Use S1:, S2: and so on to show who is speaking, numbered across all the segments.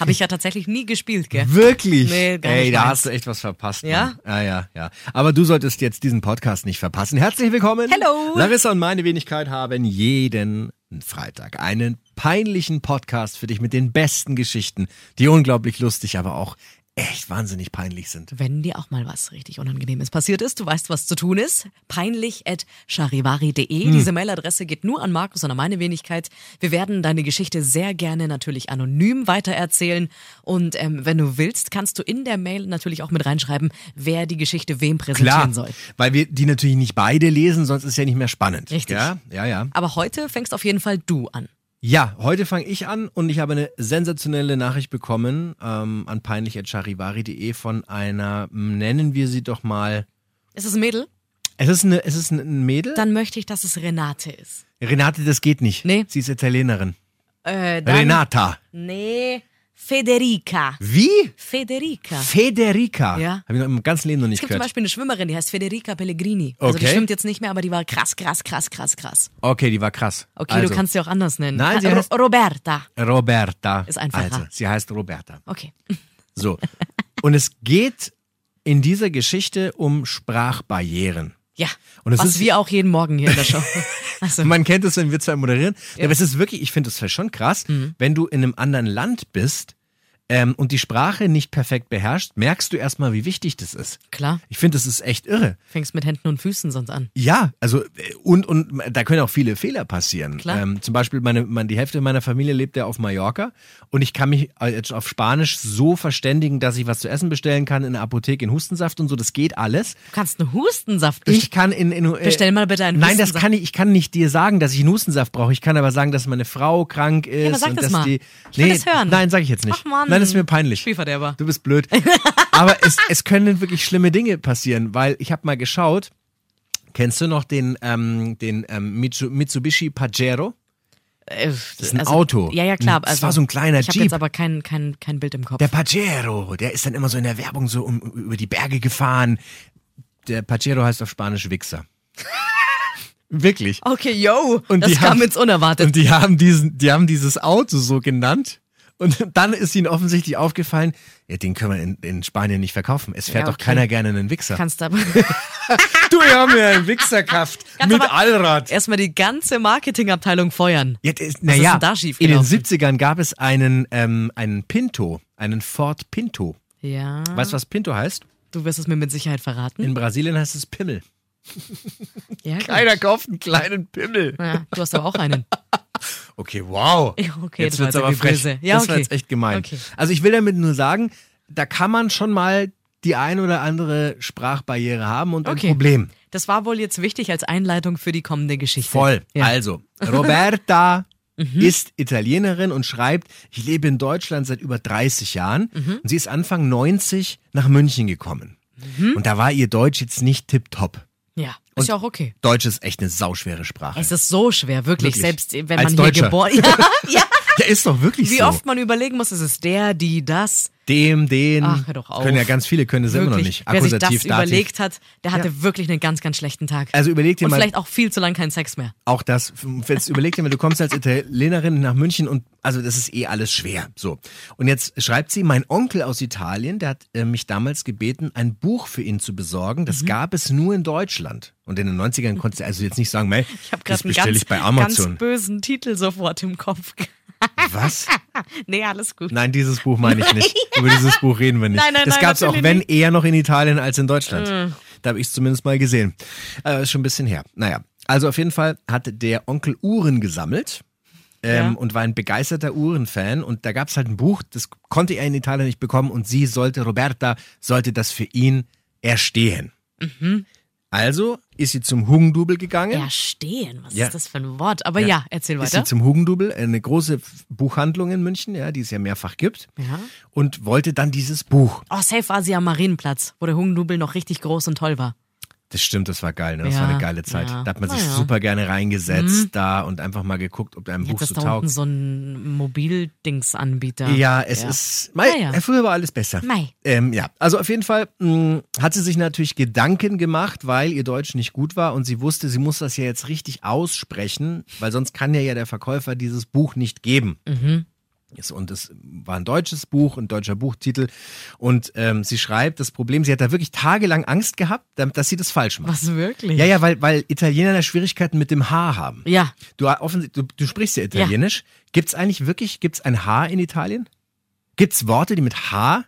S1: Habe ich ja tatsächlich nie gespielt, gell?
S2: Wirklich?
S1: Nee, gar
S2: Ey,
S1: nicht
S2: da
S1: meins.
S2: hast du echt was verpasst.
S1: Ja?
S2: Mann. Ja, ja, ja. Aber du solltest jetzt diesen Podcast nicht verpassen. Herzlich willkommen.
S1: Hello.
S2: Larissa und meine Wenigkeit haben jeden Freitag einen peinlichen Podcast für dich mit den besten Geschichten, die unglaublich lustig, aber auch echt wahnsinnig peinlich sind.
S1: Wenn dir auch mal was richtig Unangenehmes passiert ist, du weißt, was zu tun ist. Peinlich at charivari.de. Diese Mailadresse geht nur an Markus und an meine Wenigkeit. Wir werden deine Geschichte sehr gerne natürlich anonym weitererzählen. Und ähm, wenn du willst, kannst du in der Mail natürlich auch mit reinschreiben, wer die Geschichte wem präsentieren
S2: Klar,
S1: soll.
S2: weil wir die natürlich nicht beide lesen, sonst ist ja nicht mehr spannend.
S1: Richtig.
S2: Ja, ja, ja.
S1: Aber heute fängst auf jeden Fall du an.
S2: Ja, heute fange ich an und ich habe eine sensationelle Nachricht bekommen ähm, an peinlich.charivari.de von einer, m, nennen wir sie doch mal.
S1: Ist es ein Mädel?
S2: Es ist, eine, es ist ein- ein Mädel.
S1: Dann möchte ich, dass es Renate ist.
S2: Renate, das geht nicht.
S1: Nee.
S2: Sie ist Italienerin.
S1: Äh, dann,
S2: Renata.
S1: Nee, Federica.
S2: Wie?
S1: Federica.
S2: Federica.
S1: Ja.
S2: Habe ich noch im ganzen Leben noch nicht
S1: Es gibt zum
S2: gehört.
S1: Beispiel eine Schwimmerin, die heißt Federica Pellegrini. Also die
S2: Okay.
S1: schwimmt jetzt nicht mehr, aber die war krass, krass, krass, krass, krass.
S2: Okay, die war krass.
S1: Okay,
S2: also,
S1: du kannst sie auch anders nennen. Ah,
S2: Nein, sie
S1: Ro-
S2: heißt-
S1: Roberta.
S2: Roberta.
S1: Ist einfacher.
S2: Also, sie heißt Roberta.
S1: Okay.
S2: So. und es geht in dieser Geschichte um Sprachbarrieren.
S1: Ja.
S2: Und es
S1: was
S2: ist-
S1: wir auch jeden Morgen hier in der Show. Also,
S2: Man kennt es, wenn wir zwei moderieren. Ja. Mhm. Aber es ist wirklich, ich finde es schon krass, wenn du in einem anderen Land bist ähm, und die Sprache nicht perfekt beherrschst, merkst du erstmal, wie wichtig das ist.
S1: klar,
S2: Ich finde, das ist echt irre.
S1: fängst mit Händen und Füßen sonst an.
S2: Ja, also äh, und und da können auch viele Fehler passieren.
S1: Klar.
S2: Ähm, zum Beispiel meine, meine, die Hälfte meiner Familie lebt ja auf Mallorca und ich kann mich äh, jetzt auf Spanisch so verständigen, dass ich was zu essen bestellen kann in der Apotheke, in Hustensaft und so. Das geht alles.
S1: Du kannst einen Hustensaft
S2: Ich kann in, in äh,
S1: Bestell mal bitte einen
S2: Nein, das
S1: Hustensaft.
S2: kann ich. Ich kann nicht dir sagen, dass ich einen Hustensaft brauche. Ich kann aber sagen, dass meine Frau krank ist
S1: aber sag
S2: und
S1: das
S2: dass
S1: mal.
S2: die.
S1: Ich will das hören.
S2: Nein, sage ich jetzt nicht.
S1: Ach, Mann.
S2: Nein, das ist mir peinlich.
S1: Spielverderber.
S2: Du bist blöd. aber es, es können wirklich schlimme Dinge passieren, weil ich habe mal geschaut. Kennst du noch den ähm, den ähm, Mitsu- Mitsubishi Pajero?
S1: Äh, das
S2: ist ein Auto.
S1: Ja, ja, klar.
S2: Das
S1: Also,
S2: war so ein kleiner
S1: Ich habe
S2: Jeep.
S1: jetzt aber kein, kein, kein Bild im Kopf.
S2: Der Pajero, der ist dann immer so in der Werbung so um, über die Berge gefahren. Der Pajero heißt auf Spanisch Wichser. wirklich.
S1: okay, yo.
S2: Und die
S1: das kam
S2: haben-
S1: jetzt unerwartet.
S2: Und die haben diesen, die haben dieses Auto so genannt. Und dann ist ihnen offensichtlich aufgefallen, ja, den können wir in, in Spanien nicht verkaufen. Es fährt
S1: Ja,
S2: doch
S1: okay.
S2: keiner gerne einen Wichser.
S1: Kannst du aber
S2: du, wir haben ja einen Wichserkraft
S1: Kannst aber-
S2: Allrad.
S1: erstmal die ganze Marketingabteilung feuern.
S2: Ja, das,
S1: Was ist
S2: naja,
S1: denn da schief
S2: in den
S1: gelaufen?
S2: 70ern gab es einen, ähm, einen Pinto, einen Ford Pinto.
S1: Ja.
S2: Weißt du, was Pinto heißt?
S1: Du wirst es mir mit Sicherheit verraten.
S2: In Brasilien heißt es Pimmel.
S1: ja, gut.
S2: kauft einen kleinen Pimmel.
S1: Ja, du hast aber auch einen.
S2: Okay, wow.
S1: Ja, okay,
S2: jetzt wird's
S1: das war jetzt
S2: aber
S1: irgendwie
S2: frech.
S1: böse. Ja,
S2: das war
S1: okay.
S2: jetzt echt gemein.
S1: Okay.
S2: Also ich will damit nur sagen, da kann man schon mal die ein oder andere Sprachbarriere haben und
S1: Okay.
S2: ein Problem.
S1: Das war wohl jetzt wichtig als Einleitung für die kommende Geschichte.
S2: Voll.
S1: Ja. Mhm.
S2: Also, Roberta ist Italienerin und schreibt, ich lebe in Deutschland seit über 30 Jahren
S1: Mhm.
S2: und sie ist Anfang 90 nach München gekommen.
S1: Mhm.
S2: Und da war ihr Deutsch jetzt nicht tipptopp.
S1: Ja,
S2: Und-
S1: ist ja auch okay.
S2: Deutsch ist echt eine sauschwere Sprache.
S1: Es ist so schwer, wirklich,
S2: Wirklich.
S1: selbst äh, wenn
S2: Als
S1: man
S2: Deutscher.
S1: hier geboren ja, ja.
S2: ja, ist doch wirklich
S1: Wie
S2: so.
S1: oft man überlegen muss, ist es der, die, das.
S2: Dem, den.
S1: Ach, hör doch auf.
S2: Können ja ganz viele, können das immer noch
S1: Wirklich,
S2: nicht.
S1: wer sich das
S2: Akkusativ, Dativ.
S1: überlegt hat, der hatte wirklich einen ganz, ganz schlechten Tag.
S2: Also überleg dir
S1: Und
S2: mal,
S1: vielleicht auch viel zu lang keinen Sex mehr.
S2: auch das, jetzt überleg dir mal, du kommst als Italienerin nach München und also das ist eh alles schwer. So. Und jetzt schreibt sie, mein Onkel aus Italien, der hat äh, mich damals gebeten, ein Buch für ihn zu besorgen.
S1: Mhm.
S2: Das gab es nur in Deutschland. Und in den 90ern konntest du also jetzt nicht sagen, mei,
S1: Ich habe
S2: das
S1: gerade einen
S2: bestelle
S1: ganz,
S2: ich bei
S1: ganz
S2: Amazon.
S1: bösen Titel sofort im Kopf.
S2: Was?
S1: nee, alles gut.
S2: Nein, dieses Buch meine ich nicht. Über dieses Buch reden wir nicht.
S1: Nein, nein,
S2: das
S1: nein,
S2: gab es auch,
S1: natürlich
S2: wenn
S1: nicht. Mhm.
S2: eher noch in Italien als in Deutschland. Da habe ich es zumindest mal gesehen. Äh, ist schon ein bisschen her. Naja, also auf jeden Fall hat der Onkel Uhren gesammelt. Ähm,
S1: Ja.
S2: Und war ein begeisterter Uhrenfan. Und da gab es halt ein Buch, das konnte er in Italien
S1: Mhm.
S2: nicht bekommen. Und sie sollte, Roberta, sollte das für ihn erstehen. Also ist sie zum Hugendubel gegangen.
S1: Erstehen, was
S2: Ja.
S1: ist das für ein Wort? Aber ja, erzähl
S2: Ist sie
S1: weiter.
S2: zum Hugendubel, eine große F- Buchhandlung in München, ja, die es ja mehrfach gibt.
S1: Ja.
S2: Und wollte dann dieses Buch.
S1: Oh, safe war sie am Marienplatz, wo der Hugendubel noch richtig groß und toll war.
S2: Das stimmt, das war geil, ne? Das
S1: Ja,
S2: war eine geile Zeit.
S1: ja.
S2: Da hat man sich
S1: Naja.
S2: super gerne reingesetzt da und einfach mal geguckt, ob einem Buch
S1: Jetzt
S2: so
S1: ist da unten
S2: taugt.
S1: so ein Mobildingsanbieter.
S2: Ja, es ist. Mei,
S1: Naja.
S2: Früher war alles besser.
S1: Mei.
S2: Ähm, ja, also auf jeden Fall mh, hat sie sich natürlich Gedanken gemacht, weil ihr Deutsch nicht gut war und sie wusste, sie muss das ja jetzt richtig aussprechen, weil sonst kann ja ja der Verkäufer dieses Buch nicht geben. Es- Und es war ein deutsches Buch, ein deutscher Buchtitel. Und ähm, sie schreibt, das Problem, sie hat da wirklich tagelang Angst gehabt, damit- dass sie das falsch macht.
S1: Was wirklich?
S2: Ja, ja, weil, weil Italiener da Schwierigkeiten mit dem H haben.
S1: Ja,
S2: Du, offens- du, du sprichst ja Italienisch. Gibt's eigentlich wirklich, gibt's ein H in Italien? Gibt's Worte, die mit H?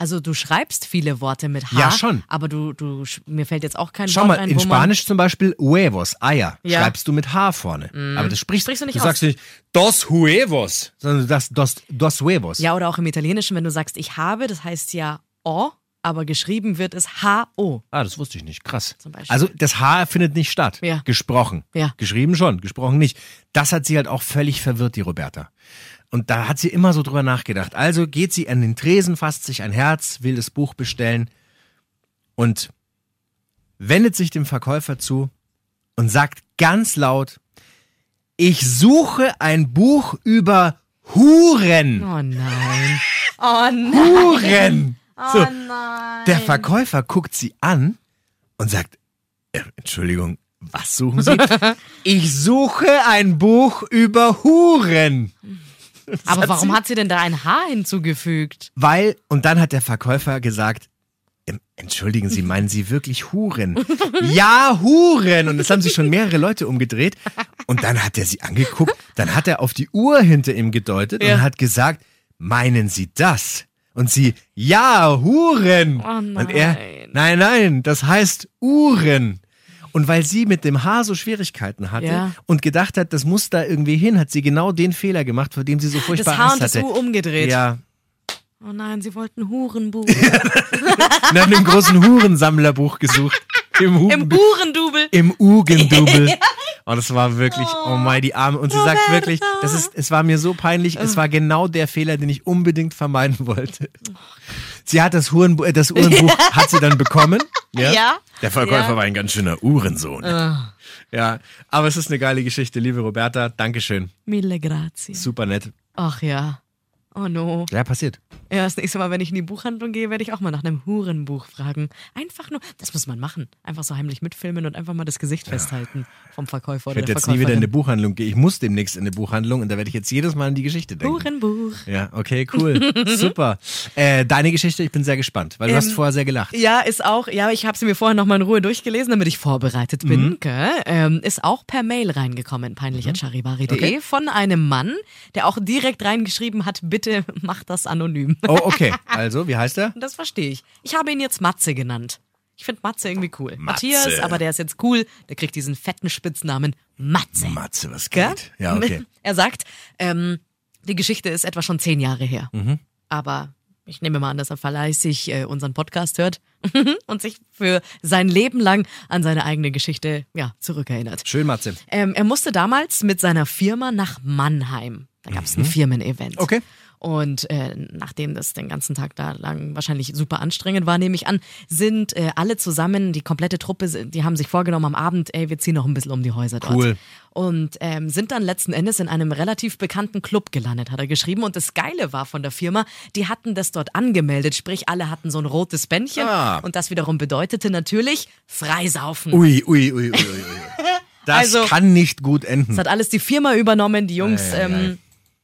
S1: also du schreibst viele Worte mit H.
S2: Ja, schon.
S1: Aber du, du, sch- mir fällt jetzt auch kein
S2: Schau
S1: Wort
S2: mal,
S1: ein,
S2: in
S1: wo man-
S2: Spanisch zum Beispiel Huevos, Eier,
S1: Ja. Mm.
S2: schreibst du mit H vorne. Aber das sprichst,
S1: Sprichst du nicht
S2: du
S1: aus.
S2: sagst nicht dos huevos, sondern du sagst dos, dos huevos.
S1: Ja, oder auch im Italienischen, wenn du sagst, ich habe, das heißt ja o, aber geschrieben wird es H-O.
S2: Ah, das wusste ich nicht. Krass.
S1: Zum Beispiel.
S2: Also das H findet nicht statt.
S1: Ja.
S2: Gesprochen.
S1: Ja.
S2: Geschrieben schon, gesprochen nicht. Das hat sie halt auch völlig verwirrt, die Roberta. Und da hat sie immer so drüber nachgedacht. Also geht sie an den Tresen, fasst sich ein Herz, will das Buch bestellen und wendet sich dem Verkäufer zu und sagt ganz laut, ich suche ein Buch über Huren.
S1: Oh nein. Oh nein.
S2: Huren. So.
S1: nein.
S2: Der Verkäufer guckt sie an und sagt, äh, Entschuldigung, was suchen Sie? ich suche ein Buch über Huren.
S1: aber warum hat sie denn da ein H hinzugefügt?
S2: Weil, und dann hat der Verkäufer gesagt, ähm, Entschuldigen Sie, meinen Sie wirklich Huren? Ja, Huren! Und das haben sich schon mehrere Leute umgedreht. Und dann hat er sie angeguckt, dann hat er auf die Uhr hinter ihm gedeutet
S1: Ja.
S2: und hat gesagt, meinen Sie das? Und sie, ja, Huren!
S1: Oh nein.
S2: Und er, nein, nein, das heißt Uhren. Und weil sie mit dem Haar so Schwierigkeiten hatte
S1: Ja.
S2: und gedacht hat, das muss da irgendwie hin, hat sie genau den Fehler gemacht, vor dem sie so furchtbar
S1: H
S2: Angst
S1: und das
S2: hatte.
S1: U umgedreht.
S2: Ja,
S1: Oh nein, sie wollten Hurenbuch.
S2: nach einem großen Hurensammlerbuch gesucht. Im, Huren,
S1: Im Hurendubel.
S2: Im Ugendubel. Und das war wirklich, oh mein, die Arme. Und sie sagt
S1: Roberta.
S2: wirklich, das ist, es war mir so peinlich, es war genau der Fehler, den ich unbedingt vermeiden wollte. Sie hat das, Hurenbu äh, das Uhrenbuch, hat sie dann bekommen. Ja.
S1: Ja.
S2: Der Verkäufer
S1: Ja. Äh.
S2: war ein ganz schöner Uhrensohn. Ja, aber es ist eine geile Geschichte, liebe Roberta. Dankeschön.
S1: Mille grazie.
S2: Super nett.
S1: Ach ja. Oh no.
S2: Ja, passiert.
S1: Ja, das nächste Mal, wenn ich in die Buchhandlung gehe, werde ich auch mal nach einem Hurenbuch fragen. Einfach nur, das muss man machen. Einfach so heimlich mitfilmen und einfach mal das Gesicht festhalten vom Verkäufer
S2: Ich
S1: oder
S2: werde
S1: der
S2: jetzt nie wieder in
S1: Verkäuferin.
S2: eine Buchhandlung gehen. Ich muss demnächst in eine Buchhandlung und da werde ich jetzt jedes Mal an die Geschichte denken.
S1: Hurenbuch.
S2: Ja, okay, cool. Super. Äh, deine Geschichte, ich bin sehr gespannt, weil du
S1: Ähm,
S2: hast vorher sehr gelacht.
S1: Ja, ist auch, ja, ich habe sie mir vorher nochmal in Ruhe durchgelesen, damit ich vorbereitet bin.
S2: Mhm.
S1: Gell? Ähm, ist auch per Mail reingekommen, peinlich.charivari.de,
S2: Okay.
S1: von einem Mann, der auch direkt reingeschrieben hat, bitte mach das anonym.
S2: Oh, okay. Also, wie heißt er?
S1: Und das verstehe ich. Ich habe ihn jetzt Matze genannt. Ich finde Matze irgendwie cool.
S2: Matze.
S1: Matthias, aber der ist jetzt cool, der kriegt diesen fetten Spitznamen Matze.
S2: Matze, was
S1: Gell?
S2: Ja, okay.
S1: Er sagt, ähm, die Geschichte ist etwa schon zehn Jahre her.
S2: Mhm.
S1: Aber ich nehme mal an, dass er fleißig äh, unseren Podcast hört und sich für sein Leben lang an seine eigene Geschichte ja, zurückerinnert.
S2: Schön, Matze.
S1: Ähm, er musste damals mit seiner Firma nach Mannheim. Da gab es ein Firmenevent.
S2: Mhm. Okay.
S1: Und äh, nachdem das den ganzen Tag da lang wahrscheinlich super anstrengend war, nehme ich an, sind äh, alle zusammen, die komplette Truppe, die haben sich vorgenommen am Abend, ey, wir ziehen noch ein bisschen um die Häuser dort.
S2: Cool.
S1: Und ähm, sind dann letzten Endes in einem relativ bekannten Club gelandet, hat er geschrieben. Und das Geile war von der Firma, die hatten das dort angemeldet, sprich alle hatten so ein rotes Bändchen.
S2: Ah.
S1: Und das wiederum bedeutete natürlich freisaufen.
S2: Ui, ui, ui, ui, ui, ui. Das
S1: Also-
S2: kann nicht gut
S1: Es
S2: enden.
S1: hat alles die Firma übernommen, die Jungs
S2: Ei, ei, ei.
S1: ähm,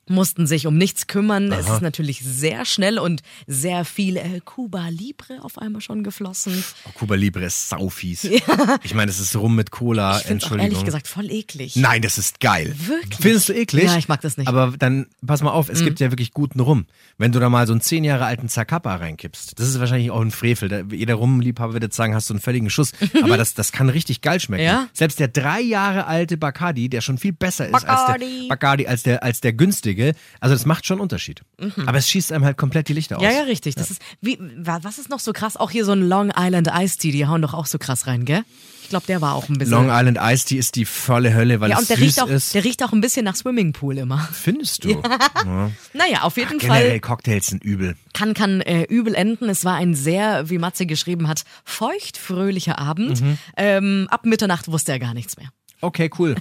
S1: mussten sich um nichts kümmern. Es ist natürlich sehr schnell und sehr viel äh, Cuba Libre auf einmal schon geflossen.
S2: Oh, Cuba Libre ist saufies. Ich meine, das ist rum mit Cola.
S1: Ich finde auch
S2: Entschuldigung.
S1: ehrlich gesagt voll eklig.
S2: Nein, das ist geil.
S1: Wirklich?
S2: Findest du eklig?
S1: Ja, ich mag das nicht. Mhm.
S2: Aber dann, pass mal auf, es gibt ja wirklich guten Rum. Wenn du da mal so einen zehn Jahre alten Zacapa reinkippst, das ist wahrscheinlich auch ein Frevel. Da, jeder Rumliebhaber würde jetzt sagen, hast du einen völligen Schuss. Aber das, das kann richtig geil schmecken.
S1: Ja?
S2: Selbst der drei Jahre alte Bacardi, der schon viel besser ist als der,
S1: Bacardi.
S2: Bacardi, als der, als der günstige, Norwege. Also das macht schon Unterschied. Aber es schießt einem halt komplett die Lichter aus.
S1: Mhm. Ja, ja, richtig. Das ist, wie, wa- was ist noch so krass? Auch hier so ein Long Island Iced Tea, die hauen doch auch so krass rein, gell? Ich glaube, der war auch ein bisschen.
S2: Long Island Iced Tea ist die volle Hölle, weil
S1: ja,
S2: es
S1: und der
S2: süß
S1: riecht, auch,
S2: ist.
S1: der riecht auch ein bisschen nach Swimmingpool immer.
S2: Findest du? Ja.
S1: Naja, auf jeden
S2: Generell
S1: Fall
S2: Cocktails sind übel.
S1: kann, kann äh, übel enden. Es war ein sehr, wie Matze geschrieben hat, feuchtfröhlicher Abend.
S2: Mhm.
S1: Ähm, ab Mitternacht wusste er gar nichts mehr.
S2: Okay, cool.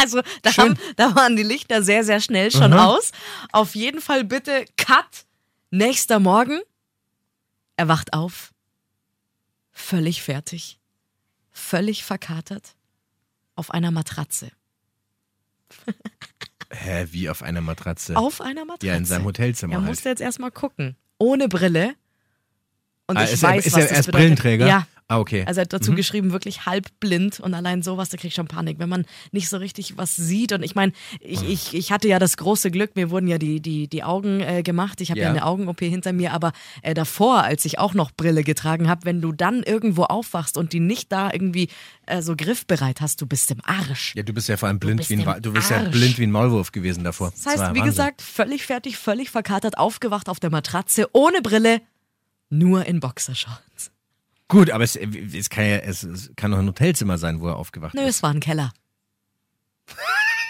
S1: Also da,
S2: Schön. Mhm.
S1: haben, da waren die Lichter sehr, sehr schnell schon aus. Auf jeden Fall bitte Cut. Nächster Morgen. Er wacht auf. Völlig fertig. Völlig verkatert. Auf einer Matratze.
S2: Hä, wie auf einer Matratze?
S1: Auf einer Matratze.
S2: ja, in seinem Hotelzimmer
S1: Er
S2: halt.
S1: musste jetzt erstmal gucken. Ohne Brille. Und
S2: Ah,
S1: ich
S2: ist
S1: weiß,
S2: er, ist
S1: was
S2: er
S1: das
S2: erst
S1: bedeutet.
S2: Brillenträger?
S1: Ja.
S2: Ah, okay.
S1: Also er hat dazu geschrieben, wirklich halb blind und allein sowas, da krieg ich schon Panik, wenn man nicht so richtig was sieht. Und ich meine, ich, ich, ich hatte ja das große Glück, mir wurden ja die, die, die Augen äh, gemacht. Ich habe ja.
S2: Ja.
S1: eine Augen-OP hinter mir, aber äh, davor, als ich auch noch Brille getragen habe, wenn du dann irgendwo aufwachst und die nicht da irgendwie äh, so griffbereit hast, du bist im Arsch.
S2: ja, du bist ja vor allem blind
S1: bist
S2: wie ein
S1: im
S2: Wa- du bist ja
S1: Arsch.
S2: blind wie ein Maulwurf gewesen davor.
S1: Das heißt,
S2: war
S1: wie
S2: Wahnsinn.
S1: gesagt, völlig fertig, völlig verkatert, aufgewacht auf der Matratze, ohne Brille, nur in Boxershorts.
S2: Gut, aber es, äh, es kann ja es, es kann doch ein Hotelzimmer sein, wo er aufgewacht
S1: Nö,
S2: ist.
S1: es war ein Keller.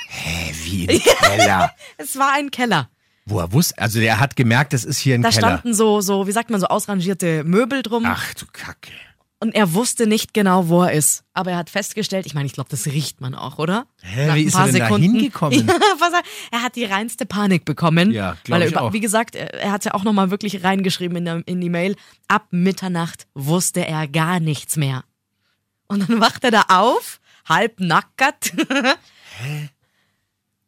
S2: Hä, wie ein Keller.
S1: Es war ein Keller.
S2: Wo er wusste, also der hat gemerkt, das ist hier ein
S1: Da
S2: Keller.
S1: standen so, so, wie sagt man, so ausrangierte Möbel drum.
S2: Ach du Kacke.
S1: Und er wusste nicht genau, wo er ist. Aber er hat festgestellt, ich meine, ich glaube, das riecht man auch, oder?
S2: Hä,
S1: Nach
S2: wie
S1: ein
S2: ist er
S1: paar
S2: denn da
S1: Sekunden.
S2: hingekommen?
S1: Ja, was er, er hat die reinste Panik bekommen.
S2: Ja, glaub
S1: weil er
S2: ich auch.
S1: Wie gesagt, er er hat ja auch nochmal wirklich reingeschrieben in, der, in die Mail. Ab Mitternacht wusste er gar nichts mehr. Und dann wacht er da auf, halb nackert.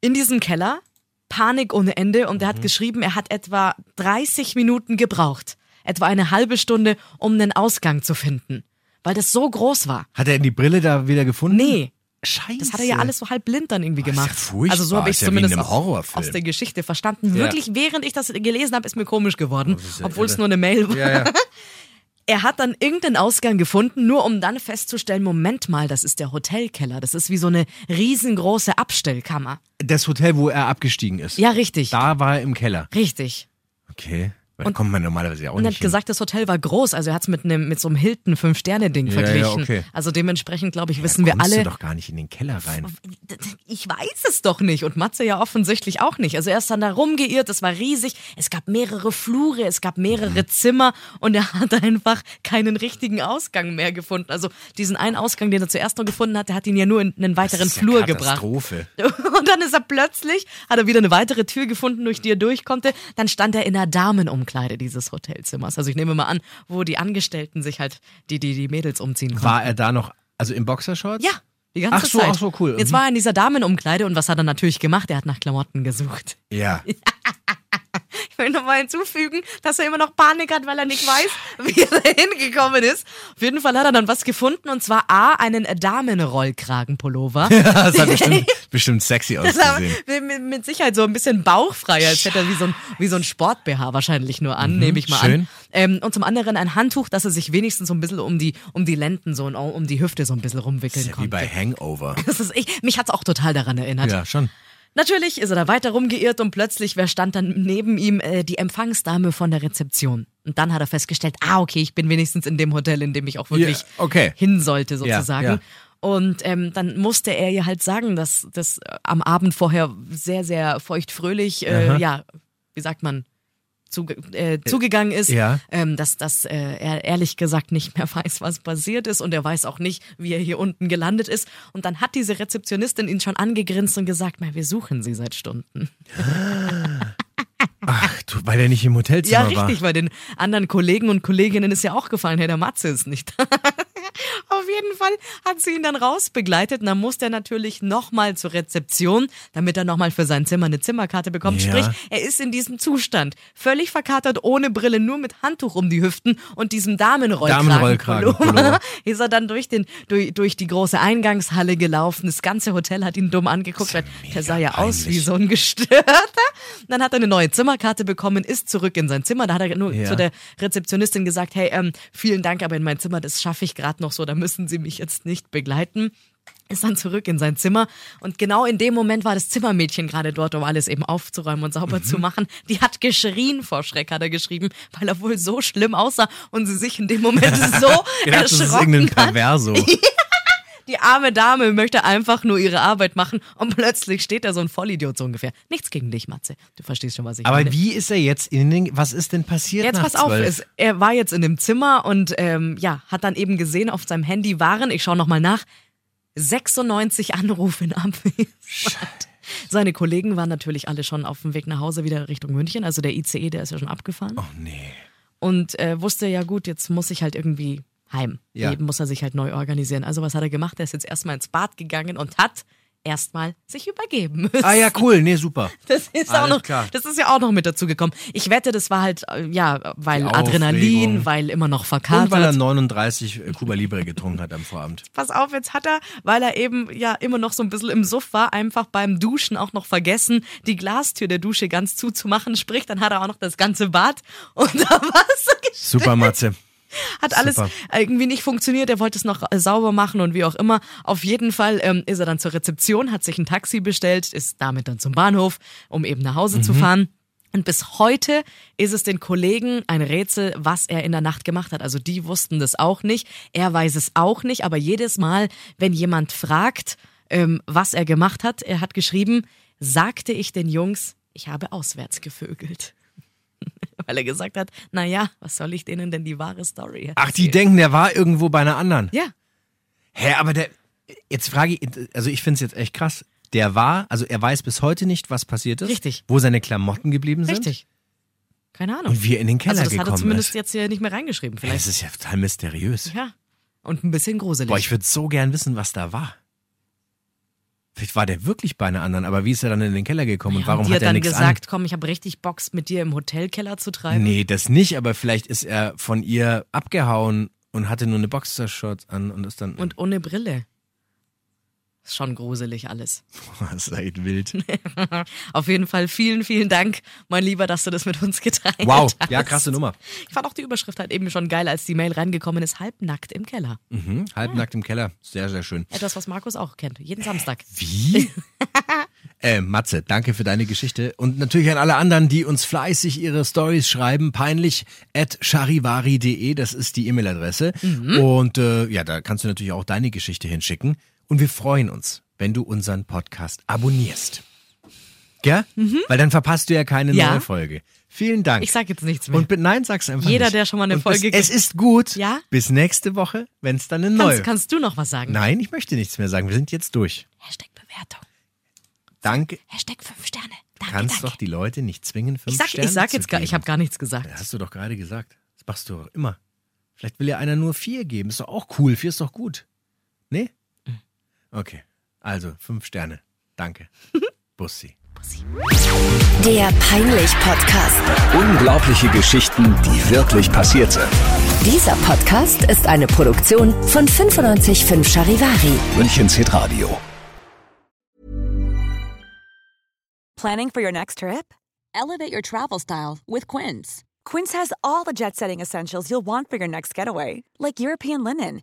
S1: in diesem Keller. Panik ohne Ende und
S2: Mhm.
S1: er hat geschrieben, er hat etwa 30 Minuten gebraucht, etwa eine halbe Stunde, um einen Ausgang zu finden, weil das so groß war.
S2: Hat er die Brille da wieder gefunden?
S1: Nee,
S2: Scheiße.
S1: das hat er ja alles so halb blind dann irgendwie
S2: ist ja
S1: gemacht.
S2: furchtbar,
S1: also so habe ich
S2: ist ja wie
S1: zumindest
S2: in einem
S1: aus,
S2: Horrorfilm.
S1: aus der Geschichte verstanden.
S2: Ja.
S1: Wirklich, während ich das gelesen habe, ist mir komisch geworden,
S2: ja
S1: obwohl es
S2: irre.
S1: nur eine Mail war.
S2: Ja, ja.
S1: Er hat dann irgendeinen Ausgang gefunden, nur um dann festzustellen, Moment mal, das ist der Hotelkeller. Das ist wie so eine riesengroße Abstellkammer.
S2: Das Hotel, wo er abgestiegen ist.
S1: Ja, richtig.
S2: Da war er im Keller.
S1: Richtig.
S2: Okay. Weil Da kommt man normalerweise ja auch
S1: Und er
S2: nicht
S1: hat
S2: hin.
S1: gesagt, das Hotel war groß. Also er hat es mit, einem- mit so einem Hilton Fünf-Sterne-Ding
S2: Ja,
S1: verglichen.
S2: ja, okay.
S1: Also dementsprechend, glaube ich, wissen
S2: da
S1: wir
S2: kommst
S1: alle.
S2: du doch gar nicht in den Keller rein.
S1: Ich weiß es doch nicht. Und Matze ja offensichtlich auch nicht. Also er ist dann da rumgeirrt, es war riesig. Es gab mehrere Flure, es gab
S2: Mhm.
S1: mehrere Zimmer und er hat einfach keinen richtigen Ausgang mehr gefunden. Also diesen einen Ausgang, den er zuerst noch gefunden hat, der hat ihn ja nur in einen weiteren
S2: ist ja
S1: Flur gebracht.
S2: Katastrophe.
S1: Und dann ist er plötzlich, hat er wieder eine weitere Tür gefunden, durch die er durch konnte. Dann stand er in der Damenumkleide dieses Hotelzimmers. Also ich nehme mal an, wo die Angestellten sich halt, die, die, die Mädels umziehen konnten.
S2: War er da noch, also im Boxershorts?
S1: ja, die ganze
S2: Ach so,
S1: Zeit.
S2: ach so, cool.
S1: Jetzt
S2: Mhm.
S1: war er in dieser Damenumkleide und was hat er natürlich gemacht? Er hat nach Klamotten gesucht.
S2: Ja.
S1: Ich will nochmal hinzufügen, dass er immer noch Panik hat, weil er nicht weiß, wie er da hingekommen ist. Auf jeden Fall hat er dann was gefunden und zwar A, einen Damenrollkragenpullover.
S2: Das hat bestimmt, bestimmt sexy
S1: Das haben
S2: ausgesehen.
S1: wir mit, mit Sicherheit so ein bisschen bauchfrei, als hätte er wie so ein, wie so ein Sport-BH wahrscheinlich nur an, nehme ich mal an.
S2: Mhm, schön.
S1: Ähm, und zum anderen ein Handtuch, dass er sich wenigstens so ein bisschen um die, um die Lenden so und auch um die Hüfte so ein bisschen rumwickeln
S2: Das ist ja wie
S1: konnte.
S2: bei Hangover.
S1: das ist, ich, mich hat's auch total daran erinnert.
S2: Ja, schon.
S1: Natürlich ist er da weiter rumgeirrt und plötzlich, wer stand dann neben ihm? Äh, die Empfangsdame von der Rezeption. Und dann hat er festgestellt, ah, okay, ich bin wenigstens in dem Hotel, in dem ich auch wirklich
S2: Ja, okay.
S1: hin sollte, sozusagen.
S2: ja.
S1: Und ähm, dann musste er ihr halt sagen, dass das äh, am Abend vorher sehr, sehr feuchtfröhlich, äh, ja, wie sagt man, zuge äh, zugegangen ist,
S2: ja.
S1: ähm, dass, dass äh, er ehrlich gesagt nicht mehr weiß, was passiert ist und er weiß auch nicht, wie er hier unten gelandet ist. Und dann hat diese Rezeptionistin ihn schon angegrinst und gesagt, "Mei, wir suchen sie seit Stunden.
S2: Ach, du, weil er nicht im
S1: Ja,
S2: Hotelzimmer
S1: richtig,
S2: war.
S1: weil den anderen Kollegen und Kolleginnen ist ja auch gefallen, hey, der Matze ist nicht da. Auf jeden Fall hat sie ihn dann rausbegleitet und dann musste er natürlich nochmal zur Rezeption, damit er nochmal für sein Zimmer eine Zimmerkarte bekommt.
S2: Ja.
S1: Sprich, er ist in diesem Zustand, völlig verkatert, ohne Brille, nur mit Handtuch um die Hüften und diesem Damenrollkragenpullover.
S2: Damenrollkragenpullover.
S1: ist er dann durch, den, durch, durch die große Eingangshalle gelaufen. Das ganze Hotel hat ihn dumm angeguckt. weil der sah ja aus wie
S2: peinlich.
S1: so ein Gestörter. Und dann hat er eine neue Zimmerkarte bekommen, ist zurück in sein Zimmer. Da hat er nur
S2: Ja.
S1: zu der Rezeptionistin gesagt, hey, ähm, vielen Dank, aber in mein Zimmer, das schaffe ich gerade noch so, da müssen Sie mich jetzt nicht begleiten. ist dann zurück in sein Zimmer und genau in dem Moment war das Zimmermädchen gerade dort, um alles eben aufzuräumen und sauber
S2: Mhm.
S1: zu machen. Die hat geschrien vor Schreck, hat er geschrieben, weil er wohl so schlimm aussah und sie sich in dem Moment so
S2: Gedacht, das ist irgendein
S1: erschrocken hat.
S2: Perverso.
S1: Die arme Dame möchte einfach nur ihre Arbeit machen und plötzlich steht da so ein Vollidiot so ungefähr. Nichts gegen dich, Matze. Du verstehst schon, was ich
S2: Aber
S1: meine.
S2: wie ist er jetzt in den, was ist denn passiert
S1: Jetzt
S2: nach
S1: pass auf,
S2: 12?
S1: es, er war jetzt in dem Zimmer und ähm, ja, hat dann eben gesehen, auf seinem Handy waren, ich schaue nochmal nach, 96 Anrufe in Abwesenheit. Seine Kollegen waren natürlich alle schon auf dem Weg nach Hause wieder Richtung München, also der ICE, der ist ja schon abgefahren. Oh nee. Und äh, wusste ja gut, jetzt muss ich halt irgendwie heim.
S2: Ja.
S1: Eben muss er sich halt neu organisieren. Also was hat er gemacht? Er ist jetzt erstmal ins Bad gegangen und hat erstmal sich übergeben müssen.
S2: ah ja, cool, nee, super.
S1: Das ist, auch
S2: Alles
S1: noch,
S2: klar.
S1: das ist ja auch noch mit dazu gekommen. Ich wette, das war halt, äh, ja, weil
S2: Die
S1: Adrenalin,
S2: Aufregung.
S1: weil immer noch
S2: Und weil er
S1: verkatert.
S2: 39 Cuba Libre getrunken hat am Vorabend.
S1: Pass auf, jetzt hat er, weil er eben ja immer noch so ein bisschen im Suff war, einfach beim Duschen auch noch vergessen, die Glastür der Dusche ganz zuzumachen. Sprich, dann hat er auch noch das ganze Bad unter Wasser gestellt.
S2: Super, Matze.
S1: Hat alles
S2: Super.
S1: irgendwie nicht funktioniert. Er wollte es noch äh, sauber machen und wie auch immer. Auf jeden Fall ähm, ist er dann zur Rezeption, hat sich ein Taxi bestellt, ist damit dann zum Bahnhof, um eben nach Hause
S2: Mhm.
S1: zu fahren. Und bis heute ist es den Kollegen ein Rätsel, was er in der Nacht gemacht hat. Also die wussten das auch nicht. Er weiß es auch nicht. Aber jedes Mal, wenn jemand fragt, ähm, was er gemacht hat, er hat geschrieben, sagte ich den Jungs, ich habe auswärts gevögelt. Weil er gesagt hat, na ja, was soll ich denen denn die wahre Story erzählen?
S2: Ach, die denken, der war irgendwo bei einer anderen.
S1: Ja,
S2: Hä, aber der, jetzt frage ich, also ich finde es jetzt echt krass. Der war, also er weiß bis heute nicht, was passiert ist.
S1: Richtig.
S2: Wo seine Klamotten geblieben sind.
S1: richtig. Keine Ahnung.
S2: Und wie er in den Keller
S1: also das hat
S2: gekommen
S1: er zumindest
S2: ist.
S1: jetzt hier nicht mehr reingeschrieben.
S2: Hä, Das
S1: Vielleicht.
S2: ist ja total mysteriös.
S1: Ja. Und ein bisschen gruselig.
S2: Boah, ich würde so gern wissen, was da war. Vielleicht war der wirklich bei einer anderen, aber wie ist er dann in den Keller gekommen und
S1: Ja,
S2: warum
S1: die
S2: hat er
S1: dann
S2: nichts
S1: gesagt, komm, ich habe richtig Bock, mit dir im Hotelkeller zu
S2: an?
S1: treiben.
S2: Nee, das nicht, aber vielleicht ist er von ihr abgehauen und hatte nur eine Boxershot an und ist dann.
S1: Und ohne Brille. Ist schon gruselig alles.
S2: Boah, das ist echt wild.
S1: Auf jeden Fall vielen, vielen Dank, mein Lieber, dass du das mit uns geteilt
S2: Wow,
S1: hast.
S2: ja, krasse Nummer.
S1: Ich fand auch die Überschrift halt eben schon geil, als die Mail reingekommen ist, halbnackt im Keller.
S2: Mhm. Halbnackt im Keller. Sehr, sehr schön.
S1: Etwas, was Markus auch kennt, jeden Samstag.
S2: Wie? äh, Matze, danke für deine Geschichte. Und natürlich an alle anderen, die uns fleißig ihre Stories schreiben. Peinlich at charivari.de, das ist die E-Mail-Adresse.
S1: Mhm.
S2: Und äh, ja, da kannst du natürlich auch deine Geschichte hinschicken. Und wir freuen uns, wenn du unseren Podcast abonnierst. Gell? Weil dann verpasst du ja keine
S1: Mhm. Ja.
S2: neue Folge. Vielen Dank.
S1: Ich sag jetzt nichts mehr.
S2: und be- nein, sag's einfach
S1: Jeder,
S2: nicht.
S1: der schon mal eine
S2: Und bis-
S1: Folge-
S2: Es ist gut.
S1: Ja?
S2: Bis nächste Woche, wenn es dann eine neue.
S1: kannst, kannst du noch was sagen?
S2: Nein, ich möchte nichts mehr sagen. Wir sind jetzt durch.
S1: Hashtag Bewertung.
S2: Danke.
S1: Hashtag 5 Sterne. Danke,
S2: kannst
S1: danke.
S2: doch die Leute nicht zwingen, fünf
S1: ich sag,
S2: Sterne
S1: ich sag
S2: zu
S1: jetzt gar, ich
S2: geben.
S1: habe gar nichts gesagt.
S2: Ja, Hast du doch gerade gesagt. Das machst du doch immer. Vielleicht will ja einer nur vier geben. Ist doch auch cool. Vier ist doch gut. Nee?
S1: Mhm.
S2: Okay. Also, fünf Sterne. Danke. Bussi.
S3: Der Peinlich-Podcast.
S4: Unglaubliche Geschichten, die wirklich passiert sind.
S3: Dieser Podcast ist eine Produktion von 955 Charivari.
S4: Münchens Hitradio.
S5: Planning for your next trip? Elevate your travel style with Quince. Quince has all the jet setting essentials you'll want for your next getaway, like European linen,